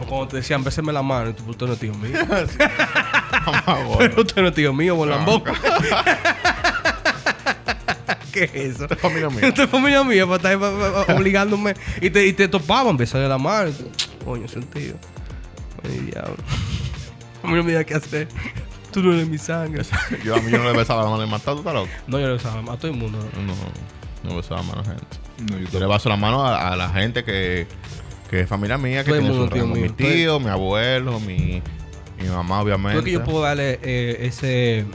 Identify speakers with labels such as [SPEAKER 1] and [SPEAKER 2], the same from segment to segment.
[SPEAKER 1] O cuando te decían, béseme la mano y tú, usted no es tío mío.
[SPEAKER 2] Mamá,
[SPEAKER 1] Pero usted no es tío mío, bolambón. ¿Qué es eso?
[SPEAKER 2] es familia mía.
[SPEAKER 1] Esta es familia mía para estar pa- pa- obligándome. Y te, y te topaban, besarle la mano. Y tú, Coño, sentido. Ay, diablo. A mí no me digas qué hacer. Tú no eres mi sangre.
[SPEAKER 2] Yo a mí yo no le besaba la mano en matado, ¿tú estás loco?
[SPEAKER 1] No, yo le besaba a todo el mundo. ¿no?
[SPEAKER 2] No, no besaba la mano a la gente.
[SPEAKER 3] No, yo
[SPEAKER 2] Yo le beso la mano a, a la gente que, que es familia mía, que
[SPEAKER 1] Todo el
[SPEAKER 2] tiene su
[SPEAKER 1] mundo, tío
[SPEAKER 2] rango. Mi
[SPEAKER 1] mío, todo el-
[SPEAKER 2] tío, mi abuelo, mi, mi mamá, obviamente.
[SPEAKER 1] Creo que yo puedo darle eh, ese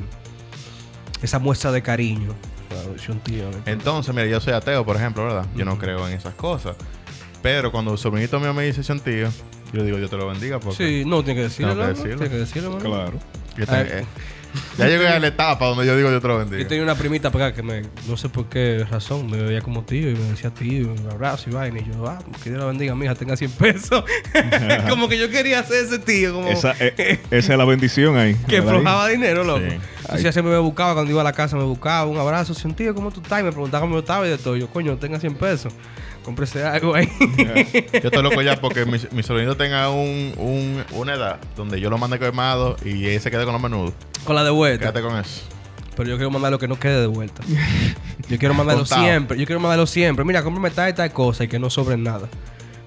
[SPEAKER 1] esa muestra de cariño. Claro, soy un tío. ¿no?
[SPEAKER 2] Entonces, mira, yo soy ateo, por ejemplo, ¿verdad? Yo no creo en esas cosas. Pero cuando el sobrinito mío me dice tío, yo le digo, yo te lo bendiga porque...
[SPEAKER 1] Sí, no, tiene que decirlo.
[SPEAKER 2] Tengo que
[SPEAKER 1] ¿no?
[SPEAKER 2] decirlo.
[SPEAKER 1] Tiene que decirlo, ¿no?
[SPEAKER 3] Claro.
[SPEAKER 2] Yo te-
[SPEAKER 1] Eh.
[SPEAKER 2] ya llegué a la etapa donde yo digo, yo te lo bendiga.
[SPEAKER 1] Yo tenía una primita para acá que me, no sé por qué razón, me veía como tío y me decía tío, un abrazo y vaina. Y yo, ah, que Dios la bendiga, mija, tenga 100 pesos. como que yo quería ser ese tío, como
[SPEAKER 3] Esa, eh, esa es la bendición ahí.
[SPEAKER 1] Oh. que
[SPEAKER 3] ¿verdad?
[SPEAKER 1] aflojaba dinero, loco.
[SPEAKER 2] Sí.
[SPEAKER 1] Entonces ya siempre me buscaba, cuando iba a la casa me buscaba, un abrazo, "Sí, tío, ¿cómo tú estás? Y me preguntaba cómo yo estaba y de todo. Yo, coño, tenga 100 pesos. Cómprese algo ahí.
[SPEAKER 2] Yo estoy loco ya porque mi, mi sobrinito tenga un, un- una edad donde yo lo mande quemado y él se quede con los menudos.
[SPEAKER 1] Con la de vuelta.
[SPEAKER 2] Quédate con eso.
[SPEAKER 1] Pero yo quiero mandar lo que no quede de vuelta. Yo quiero mandarlo
[SPEAKER 2] Contado.
[SPEAKER 1] siempre. Yo quiero mandarlo siempre. Mira, cómprame tal y tal cosa y que no sobre nada.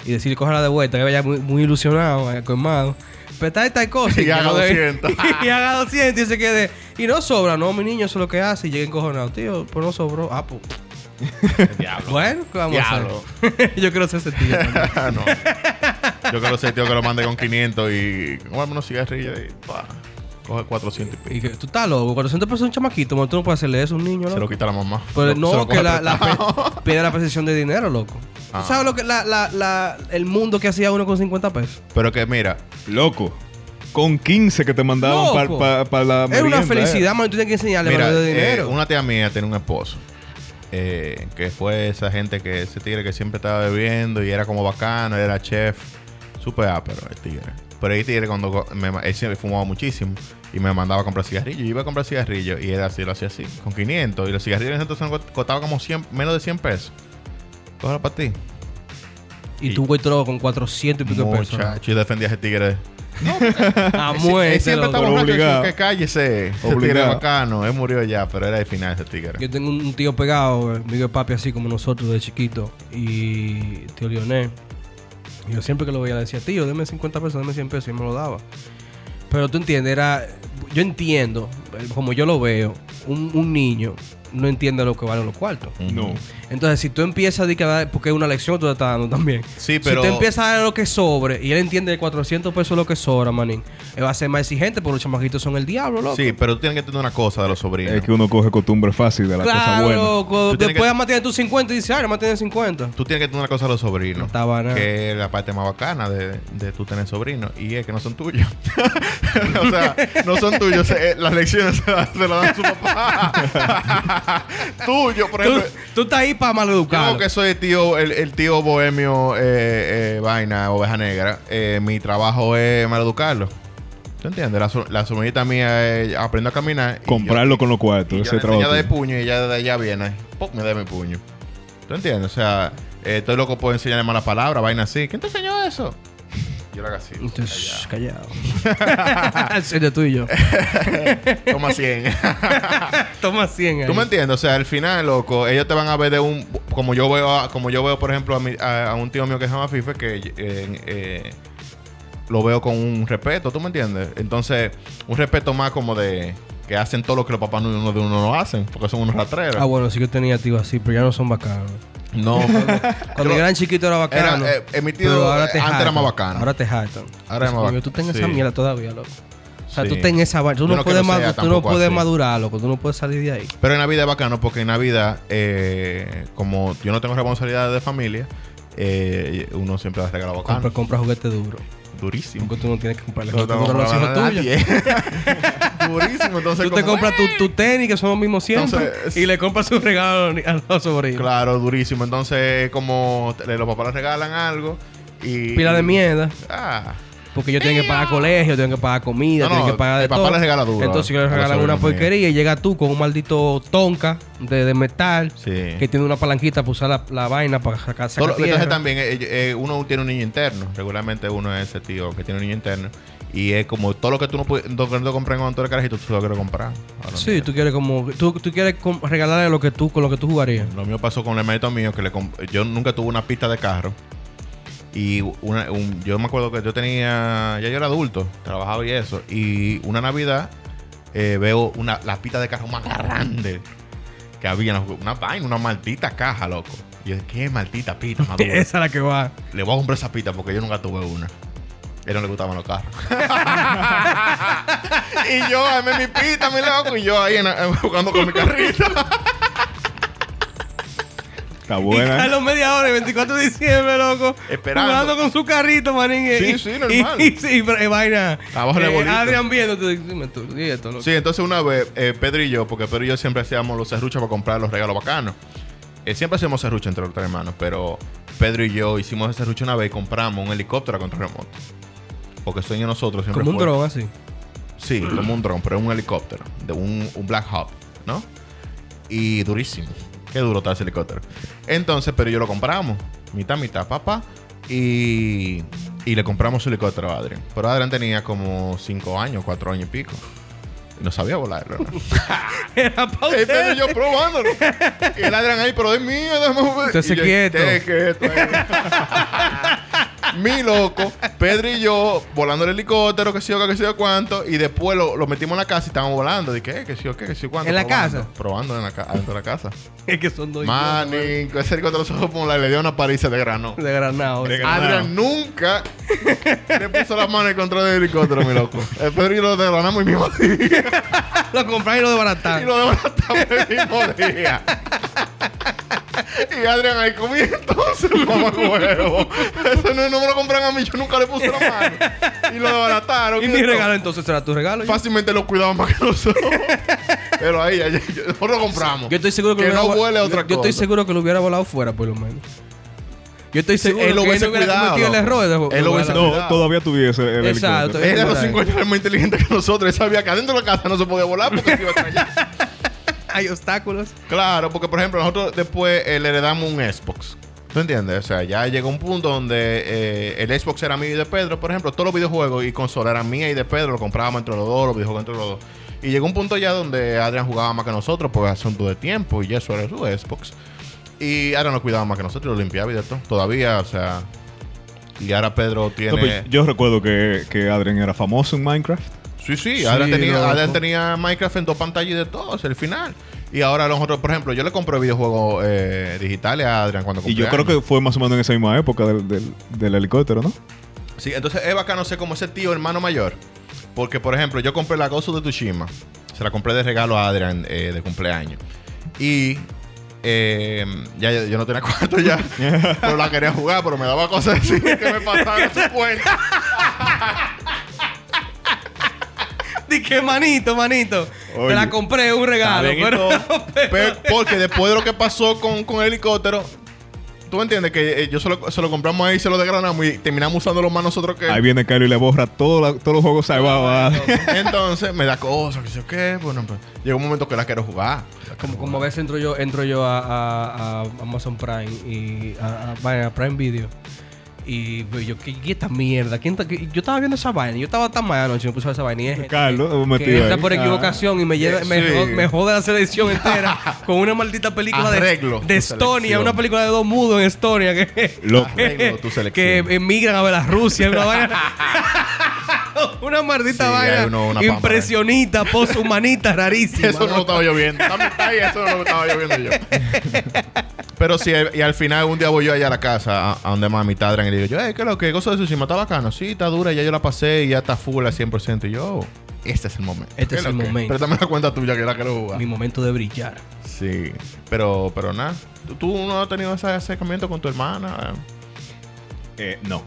[SPEAKER 1] Y decir, cógela de vuelta. Que vaya muy, muy ilusionado, eh, colmado. Pero tal y tal cosa.
[SPEAKER 2] Y
[SPEAKER 1] que
[SPEAKER 2] haga
[SPEAKER 1] no debe-
[SPEAKER 2] 200.
[SPEAKER 1] y haga 200 y se quede. Y no sobra, no, mi niño, eso es lo que hace. Y llega encojonado. Tío, pues no sobró. Ah, pues.
[SPEAKER 2] Diablo.
[SPEAKER 1] Bueno, ¿qué vamos
[SPEAKER 2] Diablo.
[SPEAKER 1] a hacer? yo quiero ser ese tío. también.
[SPEAKER 2] Ah, no. Yo quiero ser tío que lo mande con 500 y cómprame unos cigarrillos y pa, coge 400 y pico.
[SPEAKER 1] y que tú estás loco. 400 pesos es un chamaquito. mo, Tú no puedes hacerle eso a un niño,
[SPEAKER 2] Se lo
[SPEAKER 1] loco.
[SPEAKER 2] quita la mamá.
[SPEAKER 1] Pero
[SPEAKER 2] Se lo- se
[SPEAKER 1] no,
[SPEAKER 2] lo
[SPEAKER 1] que
[SPEAKER 2] coge
[SPEAKER 1] la, la
[SPEAKER 2] prestado.
[SPEAKER 1] pe- pide la precisión de dinero, loco.
[SPEAKER 2] Ah.
[SPEAKER 1] ¿Tú ¿Sabes lo que la, la, la, el mundo que hacía uno con 50 pesos?
[SPEAKER 2] Pero que mira,
[SPEAKER 3] Loco. Con 15 que te mandaban para
[SPEAKER 1] Loco.
[SPEAKER 3] la
[SPEAKER 1] Es una
[SPEAKER 3] merienda,
[SPEAKER 1] felicidad,
[SPEAKER 3] eh.
[SPEAKER 1] mano. Tú tienes que enseñarle
[SPEAKER 2] mira
[SPEAKER 1] valor de
[SPEAKER 2] eh,
[SPEAKER 1] dinero.
[SPEAKER 2] una tía mía tiene un esposo. eh, que fue esa gente que ese tigre que siempre estaba bebiendo y era como bacano, era chef, super ápero el tigre. Pero el tigre cuando co- me ma- él siempre fumaba muchísimo y me mandaba a comprar cigarrillos. Yo iba a comprar cigarrillos y era así, lo hacía así, con 500. Y los cigarrillos en ese entonces co- costaban como 100, menos de 100 pesos. Cógelo para ti.
[SPEAKER 1] y tú, güey, troco con 400 y pico de pesos.
[SPEAKER 2] Muchacho, yo defendía a ese tigre.
[SPEAKER 1] A
[SPEAKER 2] Él si- él
[SPEAKER 1] muerte. loco.
[SPEAKER 2] siempre estaba borracho,
[SPEAKER 3] Obligado.
[SPEAKER 2] que cállese. Ese tigre
[SPEAKER 3] Obligado.
[SPEAKER 2] bacano. Él murió ya, pero era el final ese tigre.
[SPEAKER 1] Yo tengo un tío pegado, eh, amigo de papi, así como nosotros de chiquito. Y tío Lionel. Y yo siempre que lo veía le decía, tío, deme 50 pesos, deme 100 pesos. Y me lo daba. Pero tú entiendes, era. Yo entiendo, eh, como yo lo veo, un, un niño no entiende lo que valen los cuartos.
[SPEAKER 3] No.
[SPEAKER 1] Entonces, si tú empiezas a di que va- porque es una lección que tú le estás dando también.
[SPEAKER 2] Sí, pero-
[SPEAKER 1] Si tú empiezas a dar lo que sobre y él entiende de 400 pesos lo que sobra, manín, él va a ser más exigente porque los chamaquitos son el diablo, loco.
[SPEAKER 2] Sí, pero tú tienes que entender una cosa de los sobrinos.
[SPEAKER 3] Es que uno coge costumbre fácil de la cosa
[SPEAKER 1] Mm. Claro,
[SPEAKER 3] buena.
[SPEAKER 1] loco.
[SPEAKER 2] Tú tienes
[SPEAKER 1] Después
[SPEAKER 2] que-
[SPEAKER 1] además tienes tus 50 y dices, ah, además tienes 50.
[SPEAKER 2] Tú tienes que entender una cosa de los sobrinos.
[SPEAKER 1] No estaba nada.
[SPEAKER 2] Que es la parte más bacana de, de tú tener sobrinos. Y es que no son tuyos. o sea, no son tuyos. Eh, Las lecciones se las se las dan su papá. Tuyo, por
[SPEAKER 1] Tú,
[SPEAKER 2] ejemplo.
[SPEAKER 1] tú estás ahí para maleducar.
[SPEAKER 2] Yo que soy el tío, el, el tío bohemio eh, eh, vaina, oveja negra. eh, mi trabajo es maleducarlo. ¿Tú entiendes? La, so- la sobrinita mía eh, aprende a caminar. y
[SPEAKER 3] Comprarlo con los
[SPEAKER 2] yo-
[SPEAKER 3] cuartos.
[SPEAKER 2] y yo
[SPEAKER 3] Ese
[SPEAKER 2] le enseño a
[SPEAKER 3] trabajo.
[SPEAKER 2] dar el puño y ella de allá viene. ¡pum! Me da mi puño. ¿Tú entiendes? O sea, eh, estoy loco por enseñarle malas palabras, vaina así. ¿Quién te enseñó eso? Yo lo hago así.
[SPEAKER 1] Entonces, callado. Ese de tú y yo.
[SPEAKER 2] allá. Toma 100.
[SPEAKER 1] Toma 100 ahí.
[SPEAKER 2] ¿Tú me entiendes? O sea, al final, loco, ellos te van a ver de un... Como yo veo, a- como yo veo por ejemplo, a, mi- a- a un tío mío que se llama FIFA, que eh, eh, lo veo con un respeto, ¿tú me entiendes? Entonces, un respeto más como de... Que hacen todo lo que los papás de uno de uno no hacen, porque son unos ratreros.
[SPEAKER 1] Ah, bueno, sí que tenía tío así, pero ya no son bacanos.
[SPEAKER 2] No,
[SPEAKER 1] Cuando yo, eran chiquitos era bacano.
[SPEAKER 2] Era, eh, eh, mi tío,
[SPEAKER 1] pero ahora
[SPEAKER 2] eh,
[SPEAKER 1] te
[SPEAKER 2] antes era
[SPEAKER 1] jactan.
[SPEAKER 2] más bacano.
[SPEAKER 1] Ahora te jatan.
[SPEAKER 2] Ahora es más bacano.
[SPEAKER 1] Tú tengas esa
[SPEAKER 2] Sí.
[SPEAKER 1] mierda todavía, loco. O sea,
[SPEAKER 2] Sí.
[SPEAKER 1] tú tengas esa vaina. Tú
[SPEAKER 2] Yo
[SPEAKER 1] no,
[SPEAKER 2] no
[SPEAKER 1] puedes,
[SPEAKER 2] quiero que
[SPEAKER 1] madu-
[SPEAKER 2] sea
[SPEAKER 1] tú no
[SPEAKER 2] tampoco
[SPEAKER 1] puedes
[SPEAKER 2] así.
[SPEAKER 1] madurar, loco. Tú no puedes salir de ahí.
[SPEAKER 2] Pero en Navidad es bacano porque en Navidad, eh, como yo no tengo responsabilidad de familia, eh, uno siempre da regalo bacano.
[SPEAKER 1] Compra, compra juguete duro.
[SPEAKER 2] Durísimo.
[SPEAKER 1] Porque tú no tienes que comprarle
[SPEAKER 2] Ah. No
[SPEAKER 1] juguete
[SPEAKER 2] estamos
[SPEAKER 1] duro a los hijos
[SPEAKER 2] comprando
[SPEAKER 1] tuyos.
[SPEAKER 2] nadie. Durísimo. Entonces,
[SPEAKER 1] Tú te
[SPEAKER 2] como-
[SPEAKER 1] compras tu, tu tenis, que son los mismos siempre,
[SPEAKER 2] Entonces-
[SPEAKER 1] y le compras un regalo a los ni- a los sobrinos.
[SPEAKER 2] Claro, durísimo. Entonces, como te- los papás les regalan algo y...
[SPEAKER 1] Pila de mierda.
[SPEAKER 2] Ah.
[SPEAKER 1] Porque ellos tienen que pagar colegio, tienen que pagar comida,
[SPEAKER 2] No,
[SPEAKER 1] tienen
[SPEAKER 2] no,
[SPEAKER 1] que pagar de
[SPEAKER 2] el papá
[SPEAKER 1] todo.
[SPEAKER 2] les regala duro,
[SPEAKER 1] Entonces
[SPEAKER 2] a
[SPEAKER 1] ellos les
[SPEAKER 2] los
[SPEAKER 1] regalan una
[SPEAKER 2] sobrinos míos.
[SPEAKER 1] porquería y llega tú con un maldito tonca de, de metal
[SPEAKER 2] Sí.
[SPEAKER 1] que tiene una palanquita para usar la, la vaina para sacar, sacar
[SPEAKER 2] Solo- entonces
[SPEAKER 1] tierra.
[SPEAKER 2] también eh, eh, uno tiene un niño interno. Regularmente uno es ese tío que tiene un niño interno. Y es como todo lo que tú no puedes no, no compras cuando tú eres carajito, tú lo quieres comprar. a los
[SPEAKER 1] Sí,
[SPEAKER 2] niños.
[SPEAKER 1] tú quieres como tú, tú quieres com- regalarle lo que tú con lo que tú jugarías.
[SPEAKER 2] Lo mío pasó con el hermanito mío que le comp- yo nunca tuve una pista de carro. Y una, un- yo me acuerdo que yo tenía, ya yo era adulto, trabajaba y eso. Y una Navidad eh, veo una, la pista de carro más grande que había. Una vaina, una maldita caja, loco. Y yo, ¿qué maldita pita? más dura?
[SPEAKER 1] Esa es la que va.
[SPEAKER 2] Le voy a comprar esa pita porque yo nunca tuve una. A él no le gustaban los carros. y yo armé mi pita, mi loco. Y yo ahí en- jugando con mi carrito.
[SPEAKER 3] Está
[SPEAKER 1] Y
[SPEAKER 3] buena. ¿eh?
[SPEAKER 1] Carlos media hora, el 24 de diciembre, loco.
[SPEAKER 2] Esperando.
[SPEAKER 1] Jugando con su carrito, manín. eh,
[SPEAKER 2] Sí,
[SPEAKER 1] y-
[SPEAKER 2] sí, normal.
[SPEAKER 1] Y, y- sí, pero, eh, vaina.
[SPEAKER 2] Abajo la bolita.
[SPEAKER 1] Adrián viéndote. dice, "Me tu- y esto, loco".
[SPEAKER 2] Sí, entonces una vez, eh, Pedro y yo, porque Pedro y yo siempre hacíamos los serruchos para comprar los regalos bacanos. Eh, siempre hacemos serrucho entre los tres hermanos, pero Pedro y yo hicimos ese serrucho una vez y compramos un helicóptero con remoto. Porque el sueño de nosotros siempre
[SPEAKER 1] Como un
[SPEAKER 2] fue-
[SPEAKER 1] dron así.
[SPEAKER 2] Sí, como un dron, pero un helicóptero. De un, un Black Hawk, ¿no? Y durísimo. Qué duro está ese helicóptero. Entonces, pero yo lo compramos. Mitad, mitad, papá. Y, y le compramos su helicóptero a Adrian. Pero Adrian tenía como 5 años, 4 años y pico. Y no sabía volar, ¿verdad?
[SPEAKER 1] Era pa'
[SPEAKER 2] Ey,
[SPEAKER 1] usted.
[SPEAKER 2] pero Este yo probándolo. Y el Adrián ahí, pero es mío, déjame jugar.
[SPEAKER 1] Usted
[SPEAKER 2] Y
[SPEAKER 1] se
[SPEAKER 2] yo,
[SPEAKER 1] quieto.
[SPEAKER 2] "Usted quieto ahí". Mi loco, Pedro y yo volando el helicóptero, que sé yo, qué, que sé yo cuánto. Y después lo, lo metimos en la casa y estábamos volando. Dije, "Eh, ¿qué? ¿Qué sé yo, qué? ¿Qué sé yo cuánto?
[SPEAKER 1] ¿En la
[SPEAKER 2] probando,
[SPEAKER 1] casa?
[SPEAKER 2] Probando en la ca- adentro de la casa.
[SPEAKER 1] Es que son dos
[SPEAKER 2] Manning, ese helicóptero se fue por la le dio una pariza de grano.
[SPEAKER 1] de granado.
[SPEAKER 3] De granado.
[SPEAKER 2] Adrián nunca le puso la mano en control del helicóptero, mi loco. El Pedro y yo lo desgranamos el mismo día.
[SPEAKER 1] Lo compras y lo
[SPEAKER 2] Y
[SPEAKER 1] desbaratan.
[SPEAKER 2] lo desbaratamos el mismo día. Y Adrián ahí comí entonces, mamá huevo. Eso no, no me lo compran a mí, yo nunca le puse la mano. Y lo desbarataron.
[SPEAKER 1] Y mi regalo entonces será tu regalo. Yo,
[SPEAKER 2] Fácilmente lo cuidaban más que nosotros. Pero ahí, ahí, yo- nosotros lo compramos.
[SPEAKER 1] yo estoy seguro que,
[SPEAKER 2] que
[SPEAKER 1] lo
[SPEAKER 2] no
[SPEAKER 1] hubiera-
[SPEAKER 2] huele a otra
[SPEAKER 1] yo, yo estoy
[SPEAKER 2] cosa.
[SPEAKER 1] seguro que lo hubiera volado fuera, por lo menos. Yo estoy
[SPEAKER 2] Sí,
[SPEAKER 1] seguro
[SPEAKER 2] él lo
[SPEAKER 1] que
[SPEAKER 2] hubiese
[SPEAKER 1] no hubiera
[SPEAKER 2] cuidado,
[SPEAKER 1] cometido el
[SPEAKER 2] loco.
[SPEAKER 1] error de
[SPEAKER 2] Él lo
[SPEAKER 1] de
[SPEAKER 2] hubiese
[SPEAKER 1] volar.
[SPEAKER 2] cuidado.
[SPEAKER 3] No, todavía tuviese el
[SPEAKER 1] Exacto.
[SPEAKER 3] helicóptero.
[SPEAKER 2] Él era los
[SPEAKER 1] Ahí.
[SPEAKER 2] 50 veces más inteligente que nosotros. Él sabía que adentro de la casa no se podía volar porque se iba a estrellar.
[SPEAKER 1] Hay obstáculos.
[SPEAKER 2] Claro, porque por ejemplo, nosotros después eh, le heredamos un Xbox. ¿Tú entiendes? O sea, ya llegó un punto donde eh, el Xbox era mío y de Pedro, por ejemplo, todos los videojuegos y consola eran mía y de Pedro, lo comprábamos entre los dos, los videojuegos entre los dos. Y llegó un punto ya donde Adrián jugaba más que nosotros por asunto de tiempo y eso era su Xbox. Y Adrián lo cuidaba más que nosotros, lo limpiaba y de todo. Todavía, o sea. Y ahora Pedro tiene.
[SPEAKER 3] No, pues, yo recuerdo que, que Adrian era famoso en Minecraft.
[SPEAKER 2] Sí, sí,
[SPEAKER 1] Sí,
[SPEAKER 2] Adrián, tenía,
[SPEAKER 1] loco.
[SPEAKER 2] Adrián tenía Minecraft en dos pantallas y de todo, es el final. Y ahora nosotros, por ejemplo, yo le compré videojuegos eh, digitales a Adrian cuando compré.
[SPEAKER 3] Y yo creo que fue más o menos en esa misma época del, del- del helicóptero, ¿no?
[SPEAKER 2] Sí, entonces es bacano ser como ese tío hermano mayor. Porque, por ejemplo, yo compré la Gozo de Tsushima. Se la compré de regalo a Adrián eh, de cumpleaños. Y. eh, ya yo yo no tenía cuarto ya. pero la quería jugar, pero me daba cosas así que me pasaban en su cuenta.
[SPEAKER 1] Dije, manito, manito. Te
[SPEAKER 3] Oye.
[SPEAKER 1] la compré un regalo.
[SPEAKER 2] Está bien y
[SPEAKER 1] Pero,
[SPEAKER 2] todo. Pe-
[SPEAKER 1] pero-
[SPEAKER 2] porque después de lo que pasó con, con el helicóptero, tú entiendes que eh, yo se lo, se lo compramos ahí, se lo desgranamos y terminamos usándolo más nosotros que.
[SPEAKER 3] Ahí viene Kylo y le borra todo la- todos los juegos salvados a Adrian.
[SPEAKER 2] Entonces me da cosas, que sé yo qué. Bueno, pues, llega un momento que la quiero jugar.
[SPEAKER 1] como, como a veces entro yo, entro yo a, a- a Amazon Prime y a, a- vaya, a Prime Video. Y pues, yo, ¿qué, qué esta mierda? ¿Quién ta- qué- yo estaba viendo esa vaina. Yo estaba tan mal anoche, me puse a ver esa vaina. Y es gente
[SPEAKER 3] Carlos,
[SPEAKER 1] que-
[SPEAKER 3] metido
[SPEAKER 1] que entra
[SPEAKER 3] ahí.
[SPEAKER 1] por
[SPEAKER 3] Ah.
[SPEAKER 1] equivocación y me, lleva,
[SPEAKER 2] Sí.
[SPEAKER 1] me, jo- me jode la selección entera con una maldita película de,
[SPEAKER 2] Arreglo tu
[SPEAKER 1] de Estonia.
[SPEAKER 2] selección.
[SPEAKER 1] Una película de dos mudos en Estonia que,
[SPEAKER 3] Loco.
[SPEAKER 2] Arreglo tu selección.
[SPEAKER 1] que emigran a Belarrusia. Una vaina. una maldita
[SPEAKER 2] Sí, hay
[SPEAKER 1] vaina
[SPEAKER 2] uno- una pámpara.
[SPEAKER 1] impresionista, poshumanista, rarísima.
[SPEAKER 2] Eso no lo estaba lloviendo. Dame ahí, eso no lo estaba lloviendo yo. Pero sí, eh, y al final un día voy yo allá a la casa, a, a donde más mi Adrian, y le digo, yo, "Ey, ¿qué es lo que? Gozo de Tsushima, está bacano. Sí, está dura, ya yo la pasé y ya está full al 100%. Y yo, este es el momento.
[SPEAKER 1] Este
[SPEAKER 2] ¿Qué
[SPEAKER 1] es
[SPEAKER 2] lo
[SPEAKER 1] el
[SPEAKER 2] que?
[SPEAKER 1] momento.
[SPEAKER 2] Pero también la cuenta tuya que la quiero jugar.
[SPEAKER 1] Mi momento de brillar.
[SPEAKER 2] Sí, pero, pero nada. ¿Tú, tú no has tenido ese acercamiento con tu hermana? eh?
[SPEAKER 3] Eh, no.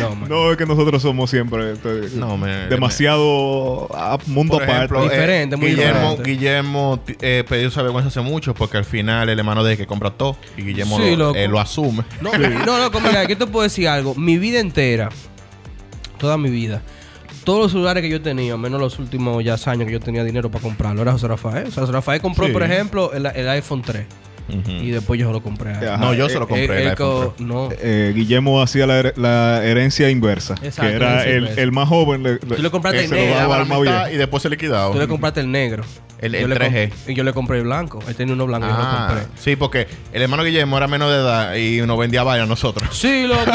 [SPEAKER 1] No, man.
[SPEAKER 3] No, es que nosotros somos siempre este,
[SPEAKER 2] No, me-
[SPEAKER 3] demasiado ah, mundo
[SPEAKER 2] Por
[SPEAKER 3] aparte.
[SPEAKER 2] ejemplo, eh,
[SPEAKER 1] Diferente, muy
[SPEAKER 2] Guillermo,
[SPEAKER 1] diferente.
[SPEAKER 2] Guillermo t- eh, perdió su vergüenza hace mucho porque al final el hermano de él que compra todo y Guillermo
[SPEAKER 1] Sí,
[SPEAKER 2] lo,
[SPEAKER 1] loco.
[SPEAKER 2] eh, lo asume.
[SPEAKER 1] No, no, loco, mira, yo te puedo decir algo. Mi vida entera, toda mi vida, todos los celulares que yo tenía, menos los últimos ya años que yo tenía dinero para comprarlo, era José Rafael. O sea, José Rafael compró,
[SPEAKER 2] Sí.
[SPEAKER 1] por ejemplo, el, el iPhone 3
[SPEAKER 2] Ujú.
[SPEAKER 1] y después yo se lo compré. a él.
[SPEAKER 3] Ajá.
[SPEAKER 2] no, yo se lo
[SPEAKER 3] Eh,
[SPEAKER 2] compré.
[SPEAKER 1] El-
[SPEAKER 2] el
[SPEAKER 1] el
[SPEAKER 2] iPhone
[SPEAKER 1] co-
[SPEAKER 2] Pro.
[SPEAKER 1] no.
[SPEAKER 3] Eh, Guillermo hacía la, her- la herencia inversa.
[SPEAKER 1] Exacto,
[SPEAKER 3] que era
[SPEAKER 1] herencia
[SPEAKER 3] el,
[SPEAKER 1] inversa.
[SPEAKER 3] el más joven. le-
[SPEAKER 1] Tú le compraste
[SPEAKER 3] eh,
[SPEAKER 1] el
[SPEAKER 3] se lo
[SPEAKER 1] negro,
[SPEAKER 3] daba
[SPEAKER 2] Daba la
[SPEAKER 3] al más
[SPEAKER 2] mitad
[SPEAKER 3] viejo.
[SPEAKER 2] y después se liquidaba.
[SPEAKER 1] Tú le compraste el negro.
[SPEAKER 2] El-
[SPEAKER 1] Yo
[SPEAKER 2] el
[SPEAKER 1] le comp-
[SPEAKER 2] 3G.
[SPEAKER 1] Y yo le compré el blanco. Él tenía uno blanco y yo
[SPEAKER 2] Ah,
[SPEAKER 1] lo compré.
[SPEAKER 2] sí, porque el hermano Guillermo era menor de edad y nos vendía varias a nosotros.
[SPEAKER 1] Sí, loco.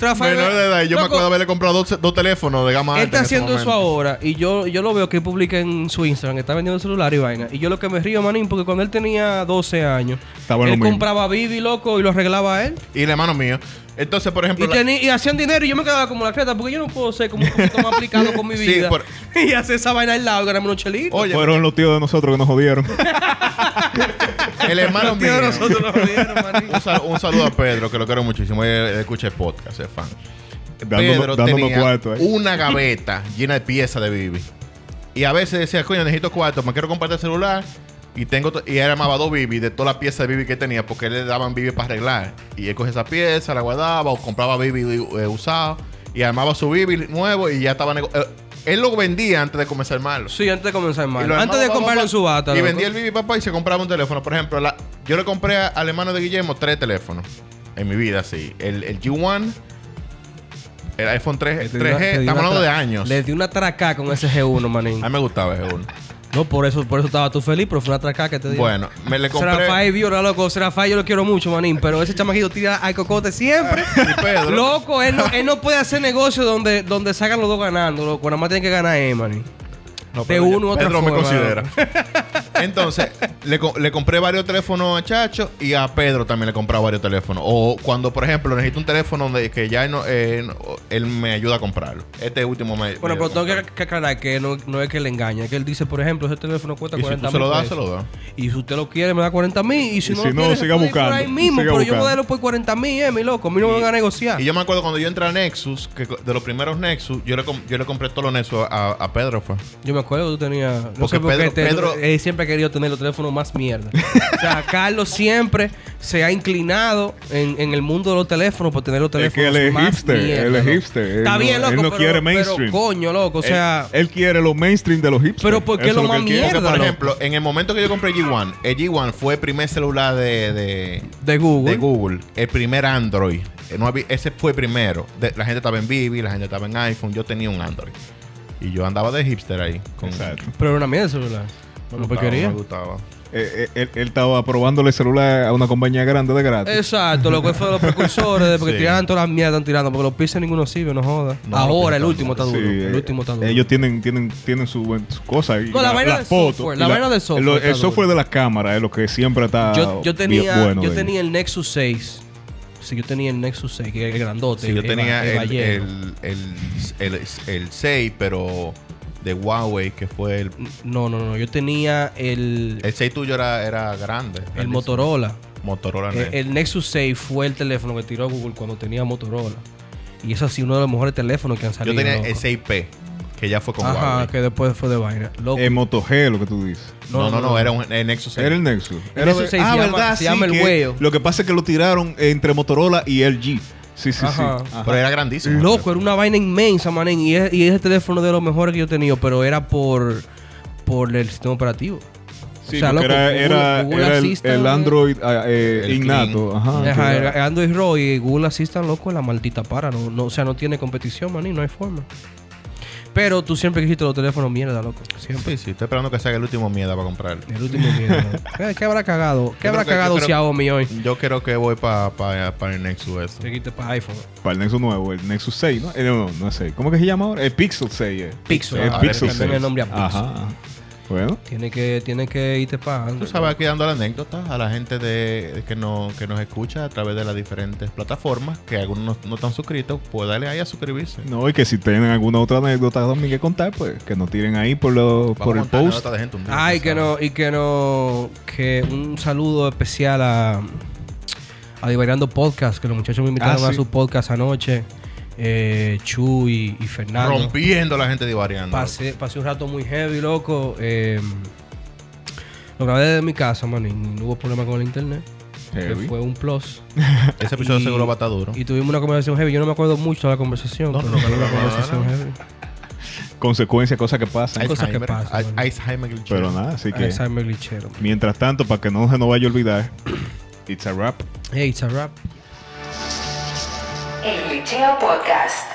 [SPEAKER 1] Rafael.
[SPEAKER 2] menor de edad. Y yo me
[SPEAKER 1] loco,
[SPEAKER 2] acuerdo haberle comprado dos, dos teléfonos de gama
[SPEAKER 1] Él
[SPEAKER 2] alta
[SPEAKER 1] está
[SPEAKER 2] en ese
[SPEAKER 1] haciendo eso
[SPEAKER 2] momento.
[SPEAKER 1] ahora y yo, yo lo veo que él publica en su Instagram, que está vendiendo celular y vaina. Y yo lo que me río, manín, porque cuando él tenía 12 años,
[SPEAKER 3] Estaba en lo
[SPEAKER 1] él
[SPEAKER 3] mismo.
[SPEAKER 1] compraba Bibi, loco, y lo arreglaba a él.
[SPEAKER 2] Y el hermano mío. Entonces, por
[SPEAKER 1] Y,
[SPEAKER 2] ejemplo... la-
[SPEAKER 1] teni- y hacían dinero y yo me quedaba como la creta, porque yo no puedo ser como un poquito más aplicado con mi
[SPEAKER 2] Sí,
[SPEAKER 1] vida.
[SPEAKER 2] por-
[SPEAKER 1] Y hacer esa vaina al lado y ganarme unos chelitos.
[SPEAKER 2] Oye,
[SPEAKER 3] Fueron los tíos de nosotros que nos jodieron.
[SPEAKER 2] el Oh, hermano mío...
[SPEAKER 1] Tío, nosotros nos jodieron, manín.
[SPEAKER 2] un, sal- un saludo a Pedro, que lo quiero muchísimo. Él, él escucha el podcast, es fan. Pedro
[SPEAKER 3] dándonos dándonos
[SPEAKER 2] tenía
[SPEAKER 3] cuarto. eh.
[SPEAKER 2] una gaveta llena de piezas de Bibi. Y a veces decía, coño, necesito cuarto, me quiero compartir el celular. Y tengo to- y él armaba dos Bibi de todas las piezas de Bibi que tenía, porque le daban Bibi para arreglar. Y él cogía esa pieza, la guardaba o compraba Bibi eh, usado. Y armaba su Bibi nuevo y ya estaba. nego- eh, él lo vendía antes de comenzar a armarlo.
[SPEAKER 1] Sí, antes de comenzar
[SPEAKER 2] Y
[SPEAKER 1] mal.
[SPEAKER 2] lo
[SPEAKER 1] Antes
[SPEAKER 2] armaba,
[SPEAKER 1] de
[SPEAKER 2] pa, pa,
[SPEAKER 1] comprarlo
[SPEAKER 2] pa,
[SPEAKER 1] en su bata.
[SPEAKER 2] Y
[SPEAKER 1] loco.
[SPEAKER 2] vendía el Bibi Papá y se compraba un teléfono. Por ejemplo, la- yo le compré a- al hermano de Guillermo tres teléfonos en mi vida, sí. El, el G1, el iPhone 3,
[SPEAKER 1] Le di una-
[SPEAKER 2] 3G,
[SPEAKER 1] le di
[SPEAKER 2] estamos
[SPEAKER 1] una
[SPEAKER 2] hablando de
[SPEAKER 1] tra-
[SPEAKER 2] años.
[SPEAKER 1] Le di una tracá con ese G1, manín.
[SPEAKER 2] A mí me gustaba el G1.
[SPEAKER 1] No, por eso, por eso estaba tú feliz, pero fue una tracá que te di.
[SPEAKER 2] bueno, me le compré.
[SPEAKER 1] Rafael Viola, loco. Rafael yo lo quiero mucho, manín. Pero ese chamaquito tira al cocote siempre.
[SPEAKER 2] Ah, Y Pedro.
[SPEAKER 1] Loco, él no, él no puede hacer negocio donde, donde salgan los dos ganando, loco. Nada más tiene que ganar él, manín.
[SPEAKER 2] No,
[SPEAKER 1] de
[SPEAKER 2] Pedro,
[SPEAKER 1] uno u otra
[SPEAKER 2] Pedro me
[SPEAKER 1] forma,
[SPEAKER 2] considera. Entonces, le, co- le compré varios teléfonos a Chacho y a Pedro también le compraba varios teléfonos. O cuando, por ejemplo, necesito un teléfono de que ya no, eh, no- él me ayuda a comprarlo. Este último me.
[SPEAKER 1] Bueno,
[SPEAKER 2] me
[SPEAKER 1] pero tengo
[SPEAKER 2] ayuda a
[SPEAKER 1] que, que aclarar que no, no es que le engañe. Es que él dice, por ejemplo, ese teléfono cuesta
[SPEAKER 2] Y si
[SPEAKER 1] 40
[SPEAKER 2] tú se lo
[SPEAKER 1] mil
[SPEAKER 2] das, se
[SPEAKER 1] pesos.
[SPEAKER 2] lo das.
[SPEAKER 1] Y si usted lo quiere, me da 40 mil. Y si
[SPEAKER 3] Y
[SPEAKER 1] no
[SPEAKER 3] si
[SPEAKER 1] lo
[SPEAKER 3] no,
[SPEAKER 1] quiere, se
[SPEAKER 3] siga
[SPEAKER 1] puede ir por
[SPEAKER 3] buscando,
[SPEAKER 1] ahí mismo. pero
[SPEAKER 3] siga
[SPEAKER 1] yo
[SPEAKER 3] buscando.
[SPEAKER 1] voy a darlo por 40 mil, eh, mi loco. A mí no me van a negociar.
[SPEAKER 2] Y yo me acuerdo cuando yo entré a Nexus, que co- de los primeros Nexus, yo le, com- yo le compré todos los Nexus a, a Pedro. Fue.
[SPEAKER 1] Yo me acuerdo que tú tenías. No
[SPEAKER 2] Porque
[SPEAKER 1] sé por qué
[SPEAKER 2] Pedro-
[SPEAKER 1] te-
[SPEAKER 2] Pedro-
[SPEAKER 1] él siempre ha querido tener los teléfonos más mierda. o sea, Carlos siempre se ha inclinado en, en el mundo de los teléfonos por tener los
[SPEAKER 3] Es
[SPEAKER 1] teléfonos
[SPEAKER 3] que él es
[SPEAKER 1] más
[SPEAKER 3] hipster,
[SPEAKER 1] mierda,
[SPEAKER 3] él es
[SPEAKER 1] loco.
[SPEAKER 3] hipster, él
[SPEAKER 1] Está
[SPEAKER 3] no-
[SPEAKER 1] bien, loco.
[SPEAKER 3] él no
[SPEAKER 1] pero,
[SPEAKER 3] quiere
[SPEAKER 1] pero
[SPEAKER 3] mainstream. Eh,
[SPEAKER 1] coño, loco. O sea,
[SPEAKER 3] él, él quiere lo mainstream de los hipsters.
[SPEAKER 1] Pero ¿por qué lo
[SPEAKER 3] Eso es
[SPEAKER 1] más
[SPEAKER 3] que él quiere.
[SPEAKER 1] mierda?
[SPEAKER 2] Porque, por
[SPEAKER 1] loco.
[SPEAKER 2] ejemplo, en el momento que yo compré el G1, el G1 fue el primer celular de, de,
[SPEAKER 1] de Google.
[SPEAKER 2] de Google, el primer Android. Eh, no había- ese fue primero. De- la gente estaba en Vivi, la gente estaba en iPhone, yo tenía un Android. Y yo andaba de hipster ahí. Con,
[SPEAKER 3] Exacto.
[SPEAKER 1] Pero era una mierda el celular.
[SPEAKER 2] Me
[SPEAKER 1] Una
[SPEAKER 2] gustaba,
[SPEAKER 1] porquería.
[SPEAKER 2] me gustaba.
[SPEAKER 3] Eh, eh, él, él estaba probándole el celular a una compañía grande de gratis.
[SPEAKER 1] Exacto, lo que fue de los precursores, de porque
[SPEAKER 2] Sí.
[SPEAKER 1] tiraban todas las mierdas, están tirando, porque los pisos ninguno sirve, no joda.
[SPEAKER 2] No,
[SPEAKER 1] Ahora,
[SPEAKER 2] los
[SPEAKER 1] el
[SPEAKER 2] pisos
[SPEAKER 1] último está duro.
[SPEAKER 3] Sí,
[SPEAKER 1] el
[SPEAKER 3] eh,
[SPEAKER 1] último está duro.
[SPEAKER 3] Ellos tienen, tienen, tienen su, buen- su cosa. Y
[SPEAKER 1] No, la vaina del
[SPEAKER 3] fotos
[SPEAKER 1] software,
[SPEAKER 3] y
[SPEAKER 1] la vaina del software
[SPEAKER 3] lo-
[SPEAKER 1] está
[SPEAKER 3] el
[SPEAKER 1] duro.
[SPEAKER 3] software de la cámara es lo que siempre está.
[SPEAKER 1] Yo, yo
[SPEAKER 3] bien
[SPEAKER 1] tenía,
[SPEAKER 3] bueno
[SPEAKER 1] yo
[SPEAKER 3] de ellos.
[SPEAKER 1] tenía el Nexus 6. Sí, yo tenía el Nexus 6, que era el grandote.
[SPEAKER 2] Sí, yo
[SPEAKER 1] el-
[SPEAKER 2] tenía el,
[SPEAKER 1] ballero.
[SPEAKER 2] el, el, el- el 6, pero de Huawei, que fue el
[SPEAKER 1] No, no, no. Yo tenía el, el,
[SPEAKER 2] El 6 tuyo era, era grande. grandísimo.
[SPEAKER 1] Motorola.
[SPEAKER 2] Motorola.
[SPEAKER 1] El,
[SPEAKER 2] ¿no?
[SPEAKER 1] el Nexus 6 fue el teléfono que tiró Google cuando tenía Motorola. Y es así uno de los mejores teléfonos que han
[SPEAKER 2] Yo
[SPEAKER 1] salido.
[SPEAKER 2] tenía
[SPEAKER 1] loco.
[SPEAKER 2] el 6P, que ya fue con
[SPEAKER 1] Ajá,
[SPEAKER 2] Huawei.
[SPEAKER 1] que después fue de vaina. Loco.
[SPEAKER 3] El Moto G, lo que tú dices.
[SPEAKER 2] No, no, no, era un, el Nexus 6.
[SPEAKER 3] Era el Nexus.
[SPEAKER 1] El
[SPEAKER 3] Era
[SPEAKER 1] Nexus
[SPEAKER 3] de-
[SPEAKER 1] seis
[SPEAKER 3] Ah,
[SPEAKER 1] se llama- se llama el
[SPEAKER 3] que
[SPEAKER 1] huevo.
[SPEAKER 3] Lo que pasa es que lo tiraron entre Motorola y LG. Sí, sí,
[SPEAKER 1] Ajá.
[SPEAKER 3] sí.
[SPEAKER 2] Pero era grandísimo.
[SPEAKER 1] Loco, era una vaina inmensa, manen. Y, es- y ese teléfono de los mejores que yo he tenido, pero era por, por el sistema operativo.
[SPEAKER 3] Sí,
[SPEAKER 1] O sea,
[SPEAKER 3] porque
[SPEAKER 1] loco,
[SPEAKER 3] era,
[SPEAKER 1] Google-
[SPEAKER 3] era-
[SPEAKER 1] Google
[SPEAKER 3] era el,
[SPEAKER 1] Assistant,
[SPEAKER 3] el
[SPEAKER 1] eh.
[SPEAKER 3] Android ah, eh,
[SPEAKER 2] El
[SPEAKER 3] innato.
[SPEAKER 2] Clean.
[SPEAKER 3] Ajá.
[SPEAKER 1] Ajá,
[SPEAKER 3] que
[SPEAKER 1] era
[SPEAKER 3] era-
[SPEAKER 1] Android Roy y Google Assistant, loco, es la maldita para. No, no, o sea, no tiene competición, maní, no hay forma. Pero tú siempre quisiste los teléfonos mierda, loco. Siempre.
[SPEAKER 2] Sí, sí, estoy esperando que salga el último miedo para comprarlo.
[SPEAKER 1] El último mierda. ¿Qué, qué habrá cagado? ¿Qué
[SPEAKER 2] Yo
[SPEAKER 1] habrá
[SPEAKER 2] creo que-
[SPEAKER 1] cagado
[SPEAKER 2] yo creo-
[SPEAKER 1] Xiaomi hoy?
[SPEAKER 2] Yo creo que voy para pa, pa el Nexus este.
[SPEAKER 1] Seguiste para iPhone.
[SPEAKER 3] Para el Nexus nuevo, el Nexus 6, ¿no? Eh, no, no, no es 6. ¿Cómo que se llama ahora? El Pixel 6. eh.
[SPEAKER 1] Pixel.
[SPEAKER 3] El
[SPEAKER 1] Ah, le
[SPEAKER 3] Pixel
[SPEAKER 1] cambiaron
[SPEAKER 3] 6.
[SPEAKER 1] el nombre a Pixel.
[SPEAKER 3] Ajá. ajá. Bueno.
[SPEAKER 1] Tiene que, tiene que irte para
[SPEAKER 2] Tú sabes, aquí dando la anécdota a la gente de, de que, no, que nos escucha a través de las diferentes plataformas, que algunos no, no están suscritos, pues dale ahí a suscribirse.
[SPEAKER 3] No, y que si tienen alguna otra anécdota también que contar, pues que nos tiren ahí por, lo,
[SPEAKER 2] Vamos
[SPEAKER 3] por
[SPEAKER 2] a
[SPEAKER 3] el
[SPEAKER 2] contar
[SPEAKER 3] post.
[SPEAKER 2] anécdota de gente un día,
[SPEAKER 1] Ay,
[SPEAKER 2] tú
[SPEAKER 1] que
[SPEAKER 2] sabes.
[SPEAKER 1] no, y que no, que un saludo especial a, a Divariando Podcast, que los muchachos me invitaron
[SPEAKER 2] Ah,
[SPEAKER 1] a
[SPEAKER 2] sí.
[SPEAKER 1] su podcast anoche. Eh, Chu y, y Fernando.
[SPEAKER 2] Rompiendo la gente de variando.
[SPEAKER 1] Pasé, pasé un rato muy heavy, loco. Eh, lo grabé desde mi casa, man, y no hubo problema con el internet. Que
[SPEAKER 3] Heavy.
[SPEAKER 1] fue un plus.
[SPEAKER 2] Ese episodio
[SPEAKER 1] Y-
[SPEAKER 2] seguro va a estar duro.
[SPEAKER 1] Y tuvimos una conversación heavy. Yo no me acuerdo mucho de la conversación,
[SPEAKER 2] No,
[SPEAKER 1] pero
[SPEAKER 2] no,
[SPEAKER 1] fue una
[SPEAKER 2] no, no,
[SPEAKER 1] conversación
[SPEAKER 2] no.
[SPEAKER 1] heavy.
[SPEAKER 3] Consecuencia, cosas que pasan.
[SPEAKER 1] Hay cosas que
[SPEAKER 2] Alzheimer.
[SPEAKER 1] pasan,
[SPEAKER 2] Al-
[SPEAKER 1] man.
[SPEAKER 2] Alzheimer glitch.
[SPEAKER 3] Pero nada, así
[SPEAKER 1] Ah,
[SPEAKER 3] que.
[SPEAKER 1] Alzheimer glitchero. man.
[SPEAKER 3] Mientras tanto, para que no se nos vaya a olvidar, it's a wrap.
[SPEAKER 1] Hey, it's a wrap.
[SPEAKER 4] El Glitcheo Podcast.